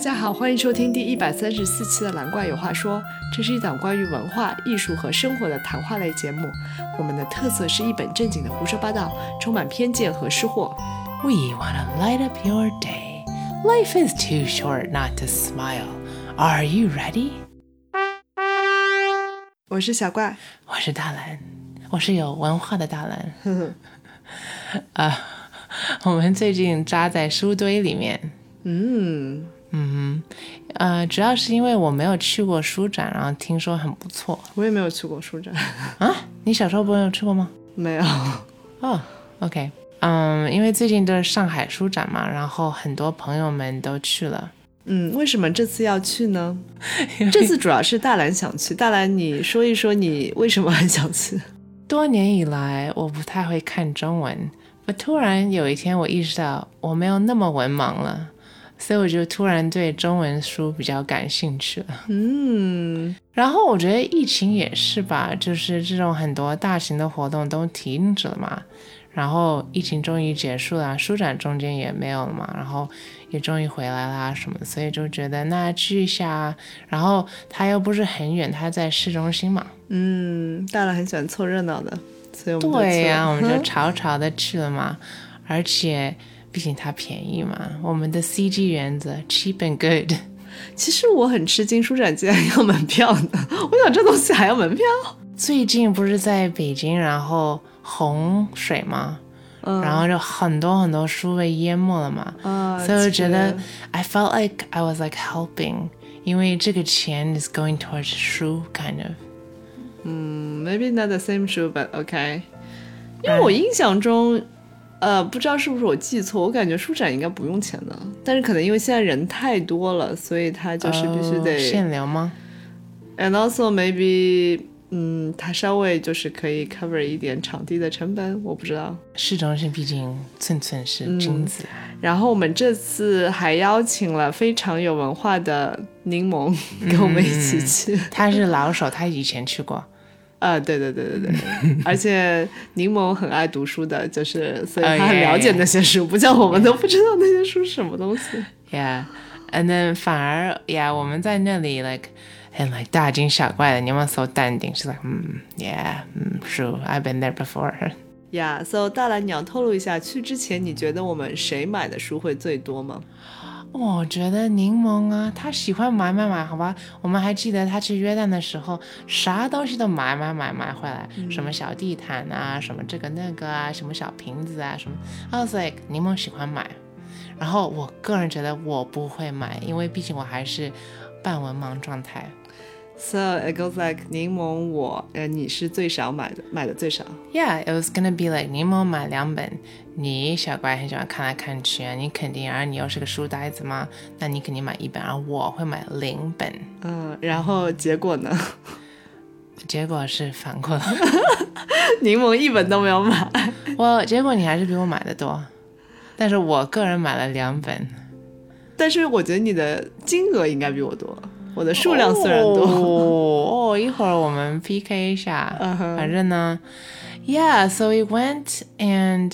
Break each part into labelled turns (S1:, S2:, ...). S1: 家好，欢迎收听第一百三十四期的《蓝怪有话说》，这是一档关于文化艺术和生活的谈话类节目。我们的特色是一本正经的胡说八道，充满偏见和失货。
S2: We want to light up your day. Life is too short not to smile. Are you ready?
S1: 我是小怪，
S2: 我是大蓝，我是有文化的大蓝。 啊、我们最近扎在书堆里面。
S1: 嗯，
S2: 嗯哼，呃，主要是因为我没有去过书展，然后听说很不错
S1: 我也没有去过书展，
S2: 啊。你小时候不是有去过吗？
S1: 没有。
S2: 哦，OK，嗯，因为最近都是上海书展嘛，然后很多朋友们都去了。
S1: 嗯，为什么这次要去 呢？这次主要是大兰想去。大兰，你说一说你为什么很想去？
S2: 多年以来，我不太会看中文。我突然有一天，我意识到我没有那么文盲了，所以我就突然对中文书比较感兴趣了。
S1: 嗯，
S2: 然后我觉得疫情也是吧，就是这种很多大型的活动都停止了嘛，然后疫情终于结束了，书展中间也没有了嘛，然后也终于回来啦什么的，所以就觉得那去一下，啊然后它又不是很远，它在市中心嘛，
S1: 嗯，大兰很喜欢凑热闹的，所以我们就
S2: 对
S1: 去
S2: 呀、
S1: 了
S2: 我们就
S1: 嗯
S2: 吵吵的去了嘛，而且毕竟它便宜嘛，我们的 CG 原则 cheap and good，
S1: 其实我很吃惊，书展竟然要门票呢！我想这东西还要门票？
S2: 最近不是在北京，然后洪水嘛，
S1: 嗯
S2: 然后就很多很多书被淹没了嘛，
S1: 啊
S2: 所以我觉得
S1: 是
S2: I felt like I was like helping，因为这个钱 is going towards 书 kind of。
S1: 嗯 maybe not the same shoe but OK。因为我印象中，呃，不知道是不是我记错，我感觉书展应该不用钱的，但是可能因为现在人太多了，所以他啊就是必须
S2: 哦
S1: 得。
S2: 限流吗？
S1: And also maybe，嗯，他稍微就是可以 cover 一点场地的成本，我不知道。
S2: 市中心毕竟寸寸是
S1: 嗯
S2: 金子，
S1: 然后我们这次还邀请了非常有文化的柠檬跟我们一起去。
S2: 他是老手，他以前去过。
S1: 啊，对对对对 对，而且柠檬很爱读书的，就是所以
S2: 哦
S1: 他很
S2: 耶
S1: 了解那些书，不像我们都不知道那些书是什么东西。
S2: Yeah，and then 反而 Yeah，我们在那里 like 很 like 大惊小怪的，你们 so 淡定，是 like 嗯 Yeah，嗯 Sure，I've been there before。
S1: 呀、s o 大蓝，你要透露一下，去之前你觉得我们谁买的书会最多吗？
S2: 哦我觉得柠檬啊，他喜欢买买买，好吧？我们还记得他去约旦的时候，啥东西都买买买买回来，什么小地毯啊，什么这个那个啊，什么小瓶子啊，什么。I was like，柠檬喜欢买，然后我个人觉得我不会买，因为毕竟我还是半文盲状态。
S1: So it goes like 柠檬我，呃，你是最少买的，买的最少。
S2: Yeah, it was gonna be like 柠檬买两本，你小乖很喜欢看来看去啊，你肯定，而你又是个书呆子嘛，那你肯定买一本，而我会买零本。
S1: 嗯，然后结果呢？
S2: 结果是反过来，
S1: 柠檬一本都没有买。
S2: 我结果你还是比我买的多，但是我个人买了两本，
S1: 但是我觉得你的金额应该比我多，我的数量虽然多。
S2: 哦，哦一会儿我们 PK 一下
S1: 嗯哼
S2: 反正呢，Yeah，so we went and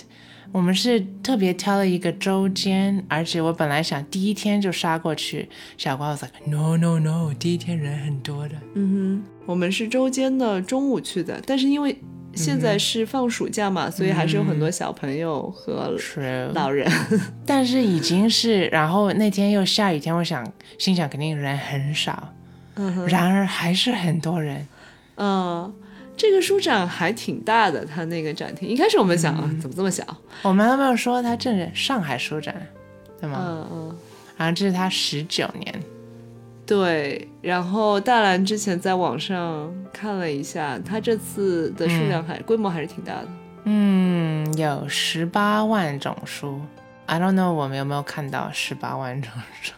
S2: 我们是特别挑了一个周间，而且我本来想第一天就杀过去，小瓜我 like no no no，第一天人很多的，
S1: 嗯哼，我们是周间的中午去的，但是因为现在是放暑假嘛，所以还是有很多小朋友和
S2: True
S1: 老人。
S2: 但是已经是，然后那天又下雨天，我想心想肯定人很少，
S1: 嗯哼
S2: 然而还是很多人。
S1: 嗯，这个书展还挺大的，它那个展厅一开始我们想啊，怎么这么小？
S2: 我们还没有说它正是上海书展，对吗？
S1: 嗯嗯，
S2: 然后这是它十九年，
S1: 对。然后大兰之前在网上看了一下，它这次的数量还、规模还是挺大的。
S2: 嗯，有十八万种书。I don't know 我们有没有看到十八万种书？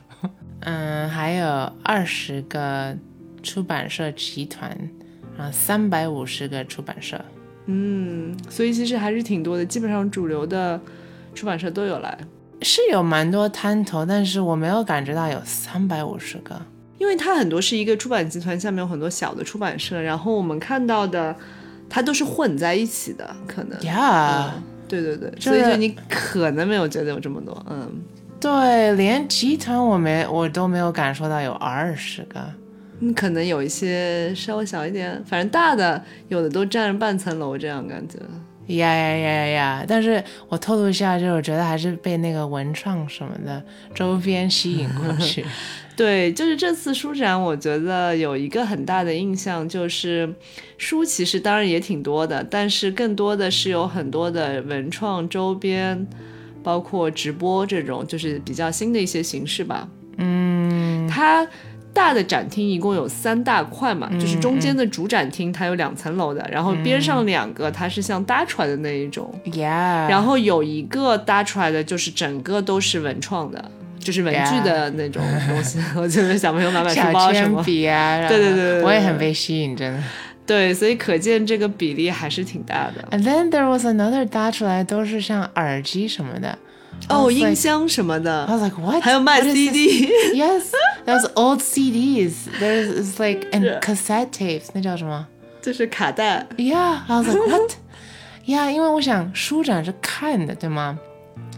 S2: 嗯，还有二十个出版社集团，然后三百五十个出版社。
S1: 嗯，所以其实还是挺多的，基本上主流的出版社都有来。
S2: 是有蛮多摊头，但是我没有感觉到有三百五十个。
S1: 因为它很多是一个出版集团下面有很多小的出版社，然后我们看到的，它都是混在一起的，可能。
S2: Yeah，、
S1: 嗯对对对，
S2: 就是
S1: 所以就你可能没有觉得有这么多，嗯，
S2: 对，连集团我没我都没有感受到有二十个。
S1: 嗯，可能有一些稍微小一点，反正大的有的都占着半层楼，这样感觉。
S2: 呀呀呀呀呀！但是我透露一下，就是我觉得还是被那个文创什么的周边吸引 过去。
S1: 对，就是这次书展，我觉得有一个很大的印象就是，书其实当然也挺多的，但是更多的是有很多的文创周边，包括直播这种，就是比较新的一些形式吧。
S2: 嗯，
S1: 它大的展厅一共有三大块嘛，就是中间的主展厅它有两层楼的，然后边上两个它是像搭出来的那一种，
S2: 呀，
S1: 然后有一个搭出来的就是整个都是文创的，就是文具的那种东西。 我觉得小朋友买买书
S2: 小
S1: 包什
S2: 铅
S1: 么，
S2: 笔啊， 然后
S1: 对对对对对
S2: 我也很被吸引，真的。
S1: 对，所以可见这个比例还是挺大的。
S2: And then there was another 搭出来都是像耳机什么的。
S1: 哦，
S2: I was
S1: 音
S2: like-
S1: 箱什么
S2: I
S1: 的，
S2: was like, what?
S1: 还有卖
S2: What is this?
S1: CD。
S2: Yes, that was old CDs. There's it's like and
S1: 是
S2: cassette tapes，那叫什么
S1: 就是卡带，
S2: ？Yeah, I was like what? Yeah，因为我想书展是看的，对吗？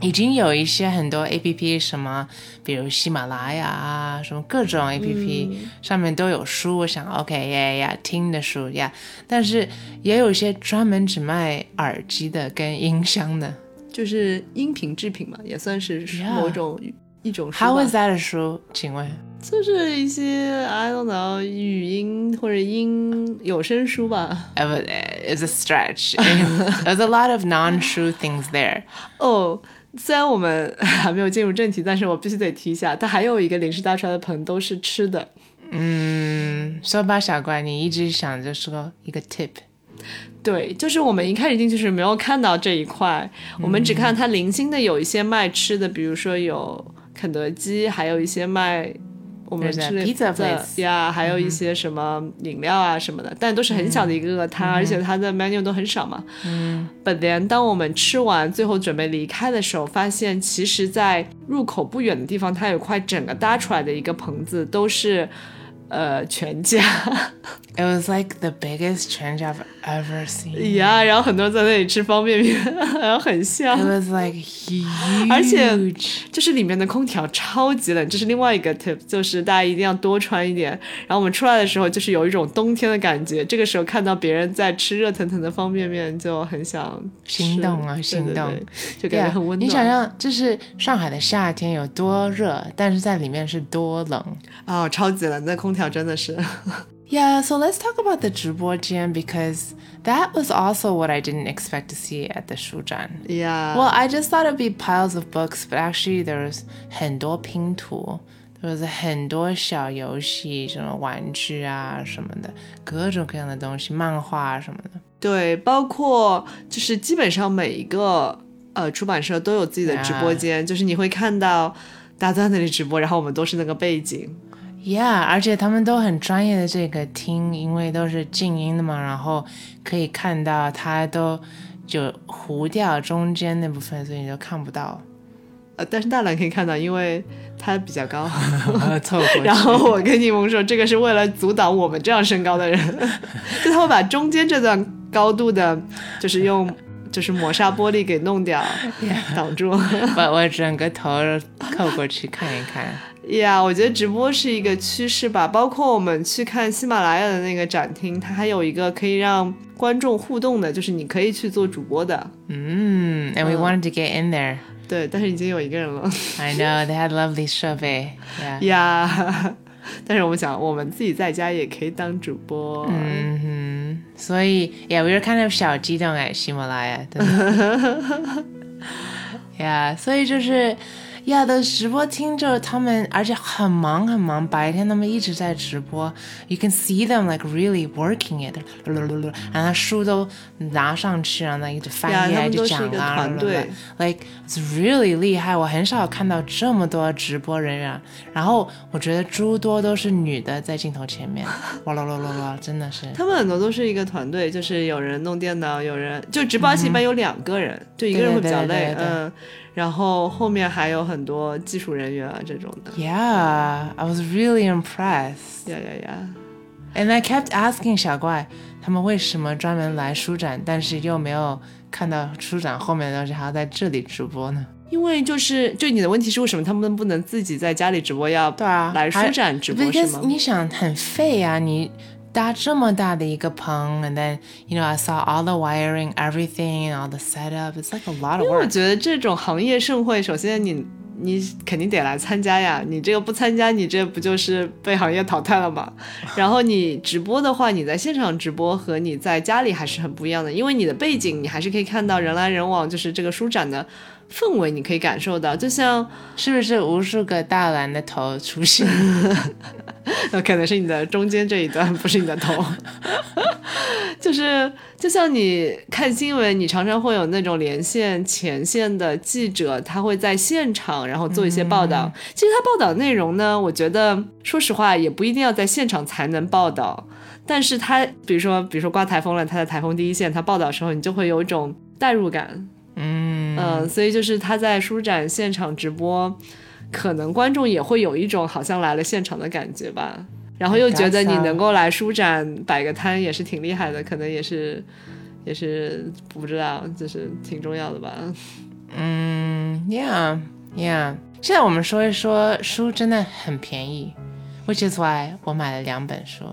S2: 已经有一些很多 A P P，什么比如喜马拉雅啊，什么各种 A P P、上面都有书。我想，OK 呀呀，听的书呀但是也有一些专门只卖耳机的跟音箱的。
S1: 就是音频制品嘛，也算是
S2: Yeah
S1: 某种一种书
S2: How
S1: 吧
S2: is that 的书？请问？
S1: 就是一些 I don't know 语音或者音有声书吧。
S2: Uh, but, uh, It's a stretch. There's a lot of non-true things there.
S1: 哦、虽然我们还没有进入正题，但是我必须得提一下，它还有一个临时搭出来的棚都是吃的。
S2: 嗯，说吧，小怪，你一直想着说一个 tip，
S1: 对，就是我们一开始进去是没有看到这一块，我们只
S2: 嗯
S1: 看它零星的有一些卖吃的，比如说有肯德基，还有一些卖我们
S2: There's
S1: 吃
S2: a
S1: 的
S2: pizza
S1: 的
S2: place 嗯
S1: 呀，还有一些什么饮料啊什么的，但都是很小的一个个摊，
S2: 嗯
S1: 而且它的 menu 都很少嘛。嗯。本连当我们吃完最后准备离开的时候，发现其实在入口不远的地方，它有一块整个搭出来的一个棚子，都是呃全家。
S2: It was like the biggest change I've ever seen.
S1: 呀，然后很多人在那里吃方便面，然后很
S2: It
S1: 像，
S2: was like 嗯 huge.
S1: 而且就是里面的空调超级冷，这是另外一个 tip，就是大家一定要多穿一点。然后我们出来的时候，就是有一种冬天的感觉，这个时候看到别人在吃热腾腾的方便面，就很想吃
S2: 心动啊
S1: 对对
S2: 心
S1: 对
S2: 动
S1: 就感觉
S2: Yeah，
S1: 很温暖。
S2: 你想象就是上海的夏天有多热，但是在里面是多冷。
S1: 啊、超级冷，那空调真的是
S2: Yeah, so let's talk about the 直播间 because that was also what I didn't expect to see at the 书展。
S1: 呀
S2: Well, I just thought it'd be piles of books, but actually there was 很多拼图, there was 很多小游戏，什么玩具啊什么的，各种各样的东西，漫画啊什么的。
S1: 对，包括就是基本上每一个呃出版社都有自己的直播
S2: 啊
S1: 间，就是你会看到大家都在那里直播，然后我们都是那个背景。
S2: Yeah，而且他们都很专业的这个听，因为都是静音的嘛，然后可以看到它都就糊掉中间那部分，所以你就看不到，
S1: 呃，但是大蓝可以看到，因为它比较高。
S2: 凑过 去。
S1: 然后我跟柠檬说，这个是为了阻挡我们这样身高的人， 就他会把中间这段高度的，就是用就是磨砂玻璃给弄掉，挡住。
S2: 把我整个头扣过去看一看。
S1: 呀我觉得直播是一个趋势吧，包括我们去看喜马拉雅的那个展厅，它还有一个可以让观众互动的，就是你可以去做主播的。
S2: 嗯，and we wanted to get in there.
S1: 对，但是已经有一个人了
S2: I know they had lovely 设备，Yeah，
S1: 呀。 但是我们想，我们自己在家也可以当主播。
S2: 嗯哼，所以 Yeah we were kind of 小激动哎，喜马拉雅真的 ，Yeah，所以就是。Yeah，的直播厅就是他们，而且很忙很忙，白天他们一直在直播，You can see them like really working it，然后书都拿上去，然后一直
S1: 呀
S2: 翻
S1: 他
S2: 页
S1: 们
S2: 就
S1: 都是
S2: 讲
S1: 一个
S2: 啊，
S1: 团队
S2: Like it's really 厉害，我很少看到这么多直播人员。然后我觉得诸多都是女的在镜头前面，哇啦啦啦啦，真的是。
S1: 他们很多都是一个团队，就是有人弄电脑，有人就直播一般有两个人，就一个人会比较
S2: 嗯对
S1: 累
S2: 对对对，对
S1: 嗯，然后后面还有很多技术人员啊这种的，
S2: Yeah, I was really impressed,
S1: 呀呀呀，
S2: and I kept asking 小怪他们为什么专门来书展，但是又没有看到书展后面的东西，还要在这里直播呢？
S1: 因为就是就你的问题是为什么他们不能自己在家里直播要
S2: 对啊，
S1: 来舒
S2: 还
S1: 展直播是
S2: Because
S1: 吗？
S2: 你想很费啊，你搭这么大的一个棚，and then you know I saw all the wiring, everything, all the setup. It's like a lot of
S1: 因为我
S2: work.
S1: 觉得这种行业盛会，首先你你肯定得来参加呀，你这个不参加，你这不就是被行业淘汰了 吗？然后你直播的话，你在现场直播和你在家里还是很不一样的，因为你的背景你还是可以看到人来人往，就是这个舒展的氛围，你可以感受到。就像
S2: 是不是无数个大蓝的头 出现？
S1: 那呃可能是你的中间这一段，不是你的头。 就是就像你看新闻，你常常会有那种连线前线的记者，他会在现场然后做一些报道。其实他报道内容呢，我觉得说实话也不一定要在现场才能报道，但是他比如说比如说刮台风了，他在台风第一线，他报道的时候，你就会有一种代入感。
S2: 嗯
S1: 嗯，所以就是他在书展现场直播，可能观众也会有一种好像来了现场的感觉吧。然后又觉得你能够来书展摆个摊也是挺厉害的，可能也是也是不知道，就是挺重要的吧。
S2: 嗯，yeah yeah。现在我们说一说书真的很便宜，which is why 我买了两本书。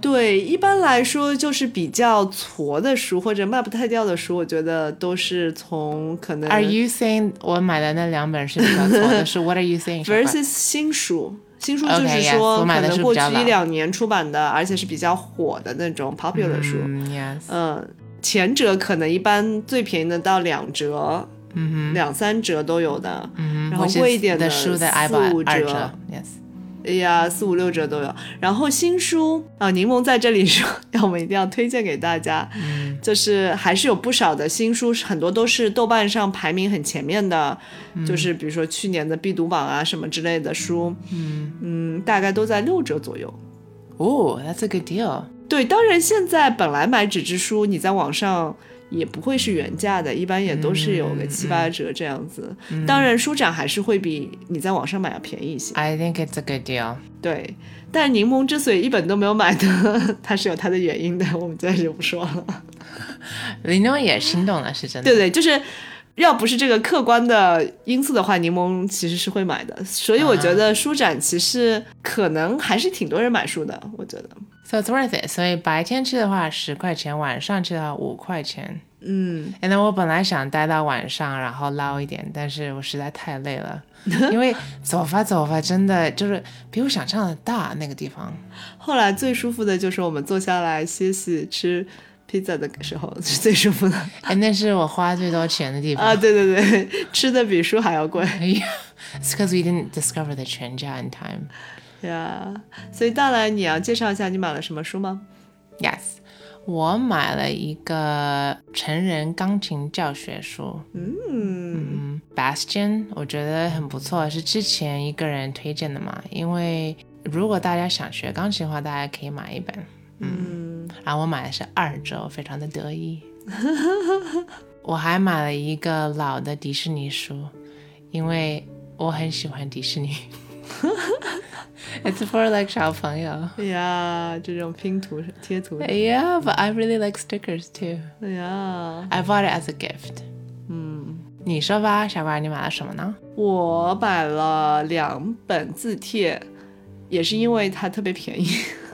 S1: 对，一般来说就是比较矬的书或者卖不太掉的书，我觉得都是从可能
S2: Are you saying 我买的那两本是比较错 的书？What are you saying？
S1: versus 新书。新书就
S2: OK，
S1: 是
S2: yes，
S1: 说
S2: 我买
S1: 可
S2: 的
S1: 能
S2: 是
S1: 过
S2: 比
S1: 去
S2: 较
S1: 一
S2: 老
S1: 两年出版的，而且是比较火的那种 popular 书。
S2: 嗯，yes，
S1: 嗯，前者可能一般最便宜的到两折、
S2: 嗯
S1: 两三折都有的，
S2: 哼，
S1: 然后贵一点
S2: 的
S1: 的
S2: 书的 I
S1: 四
S2: bought
S1: 五
S2: 二
S1: 折
S2: 折，yes。
S1: 哎呀，四五六折都有。然后新书啊，柠檬在这里说， 要我们一定要推荐给大家，
S2: 嗯
S1: 就是还是有不少的新书，很多都是豆瓣上排名很前面的，就是比如说去年的必读榜啊什么之类的书，
S2: 嗯
S1: 嗯，大概都在六折左右。
S2: 哦，that's a good deal。
S1: 对，当然现在本来买纸质书，你在网上也不会是原价的，一般也都是有个七八折这样子。当然，书展还是会比你在网上买要便宜一些。
S2: I think it's a good deal。
S1: 对，但柠檬之所以一本都没有买呢， 它是有它的原因的，我们在这就不说了。
S2: 李诺也心动了，是真的。
S1: 对对，就是要不是这个客观的因素的话，柠檬其实是会买的。所以我觉得书展其实可能还是挺多人买书的，我觉得。
S2: So it's worth it。所以白天去的话十块钱，晚上去的话五块钱。
S1: 嗯，
S2: And then 哎我本来想待到晚上，然后捞一点，但是我实在太累了， 因为走吧走吧，真的就是比我想象的大那个地方。
S1: 后来最舒服的就是我们坐下来歇息吃披萨的时候是最舒服的
S2: 哎，那是我花最多钱的地方。哎
S1: 啊！对对对，吃的比书还要 贵
S2: It's because we didn't discover the 全家 in time.
S1: 呀。所以大来，你要介绍一下你买了什么书吗？
S2: Yes，我买了一个成人钢琴教学书，
S1: 嗯
S2: 嗯，Bastion，我觉得很不错，是之前一个人推荐的嘛。因为如果大家想学钢琴的话，大家可以买一本。
S1: 嗯
S2: 然后我买的是二周，非常的得意。 我还买了一个老的迪士尼书，因为我很喜欢 迪士尼。It's for like 小朋友。
S1: 哎呀，这种拼图贴图，
S2: Yeah, but I really like stickers too.
S1: 哎呀，
S2: I bought it as a gift.
S1: 嗯，
S2: 你说吧，傻瓜，你买了什么呢？
S1: 我买了两本字帖，也是因为它特别便宜，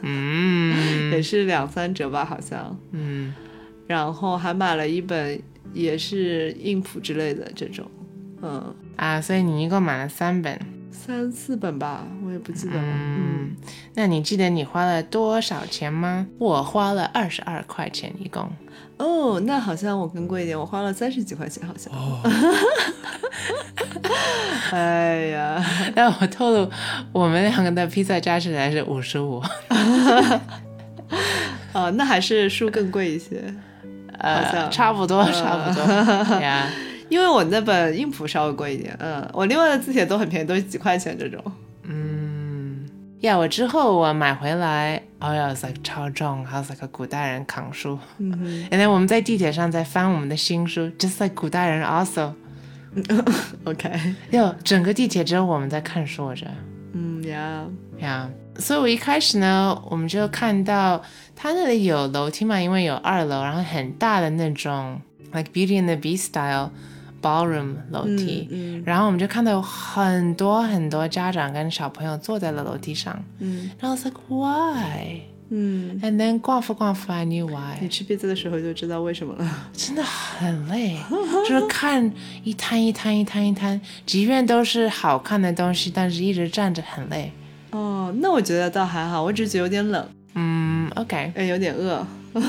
S2: 嗯
S1: 也是两三折吧，好像。
S2: 嗯，
S1: 然后还买了一本也是硬谱之类的这种，嗯，
S2: 啊，所以你一共买了三本。
S1: 三四本吧，我也不记得了。嗯，
S2: 嗯，那你记得你花了多少钱吗？我花了二十二块钱，一共。
S1: 哦，那好像我更贵一点，我花了三十几块钱，好像。 哎呀，
S2: 但我透露，我们两个的披萨加起来是五十五。
S1: 啊，那还是书更贵一些，好
S2: 呃，
S1: 像
S2: 差不多，差 不多。呀，
S1: 因为我那本硬谱稍微贵一点，嗯，我另外的字帖都很便宜，都是几块钱这种。
S2: 嗯，呀，我之后我买回来，哎呀，like 超重，还有 like 古代人扛书。
S1: 嗯哼
S2: And then 我们在地铁上在翻我们的新书，just like 古代人 also。
S1: ，OK，
S2: 哟，整个地铁只有我们在看书，我觉得
S1: 嗯呀，
S2: 呀。所以我一开始呢，我们就看到它那里有楼梯嘛，因为有二楼，然后很大的那种 like Beauty and the Beast style ballroom 楼梯，
S1: 嗯
S2: 然后我们就看到有很多很多家长跟小朋友坐在了楼梯上，
S1: 嗯
S2: 然后 I was like why。
S1: 嗯，
S2: And then 逛服逛服，I knew
S1: 你
S2: why，
S1: 吃披萨的时候就知道为什么了。
S2: 真的很累，就是看一摊一摊一摊一摊，即便都是好看的东西，但是一直站着很累。
S1: 哦，那我觉得倒还好，我只是觉得有点冷，
S2: 嗯，OK，
S1: 哎，有点饿。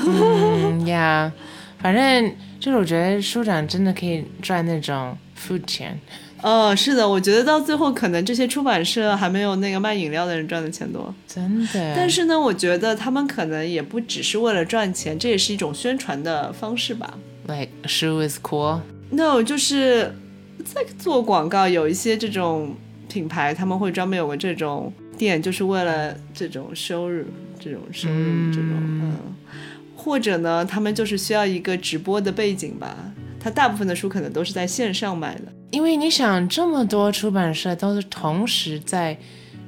S2: 嗯，Yeah，反正就是我觉得书展真的可以赚那种 food 钱。
S1: 呃，是的，我觉得到最后可能这些出版社还没有那个卖饮料的人赚的钱多。
S2: 真的，
S1: 但是呢，我觉得他们可能也不只是为了赚钱，这也是一种宣传的方式吧。
S2: like shoe is cool，
S1: No，就是在做广告，有一些这种品牌，他们会专门有个这种店，就是为了这种收入，这种收入，这种嗯，或者呢，他们就是需要一个直播的背景吧。他大部分的书可能都是在线上卖的，
S2: 因为你想这么多出版社都是同时在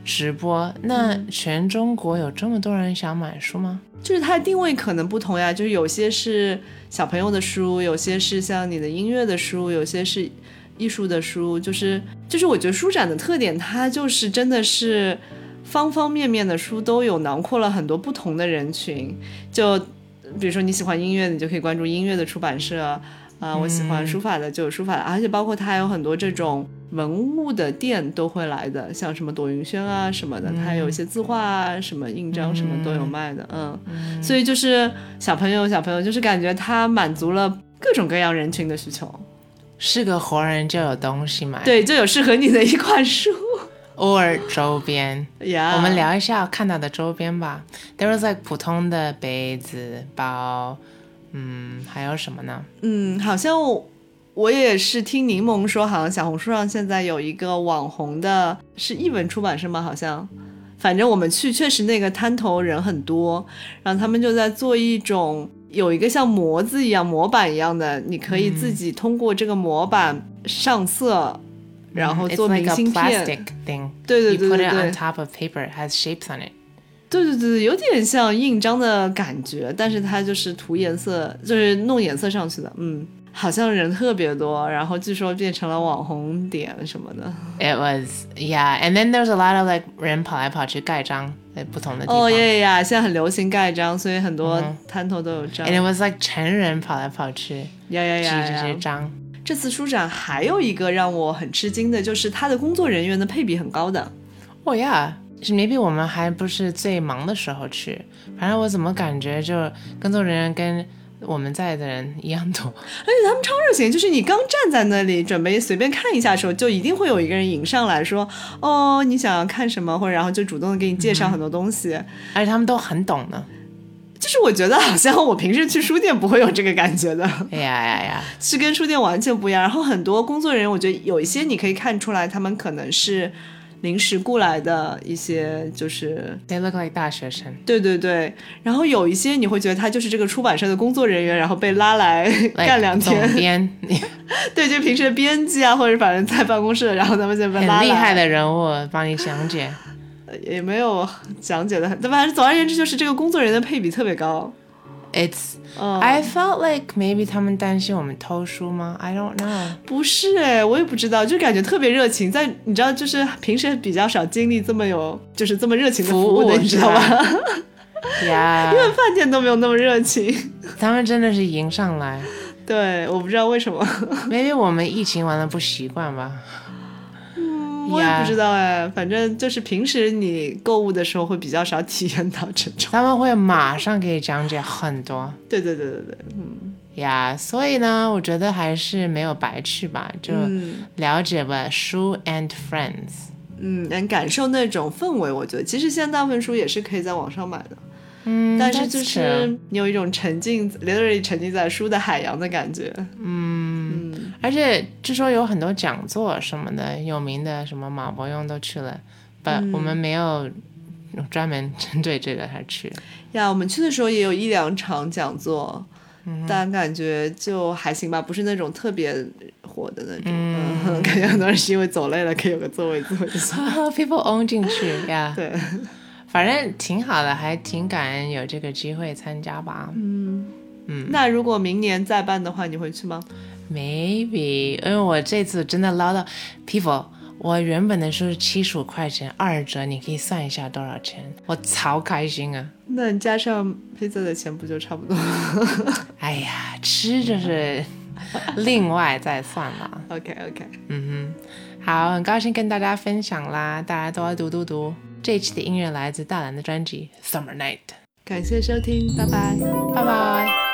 S2: 直播，那全中国有这么多人想买书吗？
S1: 就是它的定位可能不同呀，就是有些是小朋友的书，有些是像你的音乐的书，有些是艺术的书，就是就是我觉得书展的特点，它就是真的是方方面面的书都有，囊括了很多不同的人群。就比如说你喜欢音乐，你就可以关注音乐的出版社啊、我喜欢书法的就有书法的，而且包括它还有很多这种。文物的店都会来的，像什么朵云轩啊什么的，它有一些字画啊、什么印章什么都有卖的，嗯所以就是小朋友，小朋友就是感觉他满足了各种各样人群的需求。
S2: 是个活人就有东西买，
S1: 对，就有适合你的一款 书
S2: ，or 周边。
S1: 呀。
S2: 我们聊一下看到的周边吧。There was like 普通的杯子、包，嗯，还有什么呢？
S1: 嗯，好像我我也是听柠檬说，好像小红书上现在有一个网红的，是译文出版社吗？好像，反正我们去确实那个摊头人很多，然后他们就在做一种有一个像模子一样、模板一样的，你可以自己通过这个模板上色，然后
S2: 嗯
S1: 做
S2: It's
S1: 明
S2: like a
S1: 信片。
S2: plastic thing。
S1: 对对对
S2: You put
S1: 对
S2: it
S1: 对
S2: on top of paper, it has shapes on it。
S1: 对对对，有点像印章的感觉，但是它就是涂颜色，
S2: 嗯
S1: 就是弄颜色上去的。嗯，好像人特别多，然后据说变成了网红点什么的。
S2: It was yeah, and then there's a lot of like 人跑来跑去盖章，在不同的地方。
S1: 哦耶呀！现在很流行盖章，所以很多
S2: 嗯
S1: 摊头都有章。
S2: And it was like 成人跑来跑去
S1: 呀呀
S2: 记这
S1: 呀
S2: 些
S1: 呀！
S2: 章。
S1: 这次书展还有一个让我很吃惊的，就是它的工作人员的配比很高的。
S2: 哦呀，是 maybe 我们还不是最忙的时候去，反正我怎么感觉就工作人员跟我们在的人一样多。
S1: 而且他们超热情，就是你刚站在那里准备随便看一下的时候，就一定会有一个人迎上来说：“哦，你想要看什么？”或者然后就主动的给你介
S2: 嗯
S1: 绍很多东西。
S2: 而且他们都很懂的。
S1: 就是我觉得好像我平时去书店不会有这个感觉的，
S2: 哎呀呀呀！
S1: 是跟书店完全不一样。然后很多工作人员，我觉得有一些你可以看出来，他们可能是临时雇来的一些，就是
S2: They look like 大学生
S1: 对对对。然后有一些你会觉得他就是这个出版社的工作人员，然后被拉 来干两
S2: 总
S1: 天，
S2: 编，
S1: 对，就平时的编辑啊，或者反正在办公室的，然后他们就被
S2: 很
S1: 拉来
S2: 厉害的人物帮你讲解。
S1: 也没有讲解的很，但反正总而言之就是这个工作人员的配比特别高。
S2: It's
S1: 嗯
S2: I felt like maybe 他们担心我们偷书吗？I don't know。
S1: 不是哎，我也不知道，就感觉特别热情。在你知道，就是平时比较少经历这么有，就是这么热情的服
S2: 服务
S1: 的，你知道
S2: 是
S1: 吧？
S2: 呀、
S1: 饭店都没有那么热情。
S2: 他们真的是迎上来。
S1: 对，我不知道为什么，
S2: maybe 我们疫情完了不习惯吧。
S1: 嗯我也
S2: Yeah
S1: 不知道哎。反正就是平时你购物的时候会比较少体验到这种。
S2: 他们会马上给你讲解很多
S1: 对对对对对，
S2: 呀所以呢，我觉得还是没有白去吧，就
S1: 嗯
S2: 了解吧、书 and friends。
S1: 嗯，能感受那种氛围。我觉得其实现在大部分书也是可以在网上买的，
S2: 嗯，
S1: 但是
S2: that's
S1: 就
S2: true
S1: 是你有一种沉浸，literally 沉浸在书的海洋的感觉。
S2: 嗯，而且据说有很多讲座什么的，有名的什么马伯庸都去了，不、我们没有专门针对这个还去。
S1: 呀，我们去的时候也有一两场讲座，但感觉就还行吧，不是那种特别火的那种。嗯， 感觉很多人是因为走累了，可以有个座位坐一下。
S2: People own 进去呀
S1: 对，
S2: 反正挺好的，还挺感恩有这个机会参加吧。
S1: 那如果明年再办的话，你会去吗？
S2: Maybe，因为我这次真的捞到 people。我原本的是七十五块钱，二折，你可以算一下多少钱，我超开心啊！
S1: 那你加上披萨的钱不就差不多了
S2: 哎呀，吃就是另外再算了。
S1: ？OK OK，
S2: 嗯哼，好，很高兴跟大家分享啦，大家都要读读读。这一期的音乐来自大蓝的专辑《Summer Night》，
S1: 感谢收听，拜拜。
S2: 拜拜。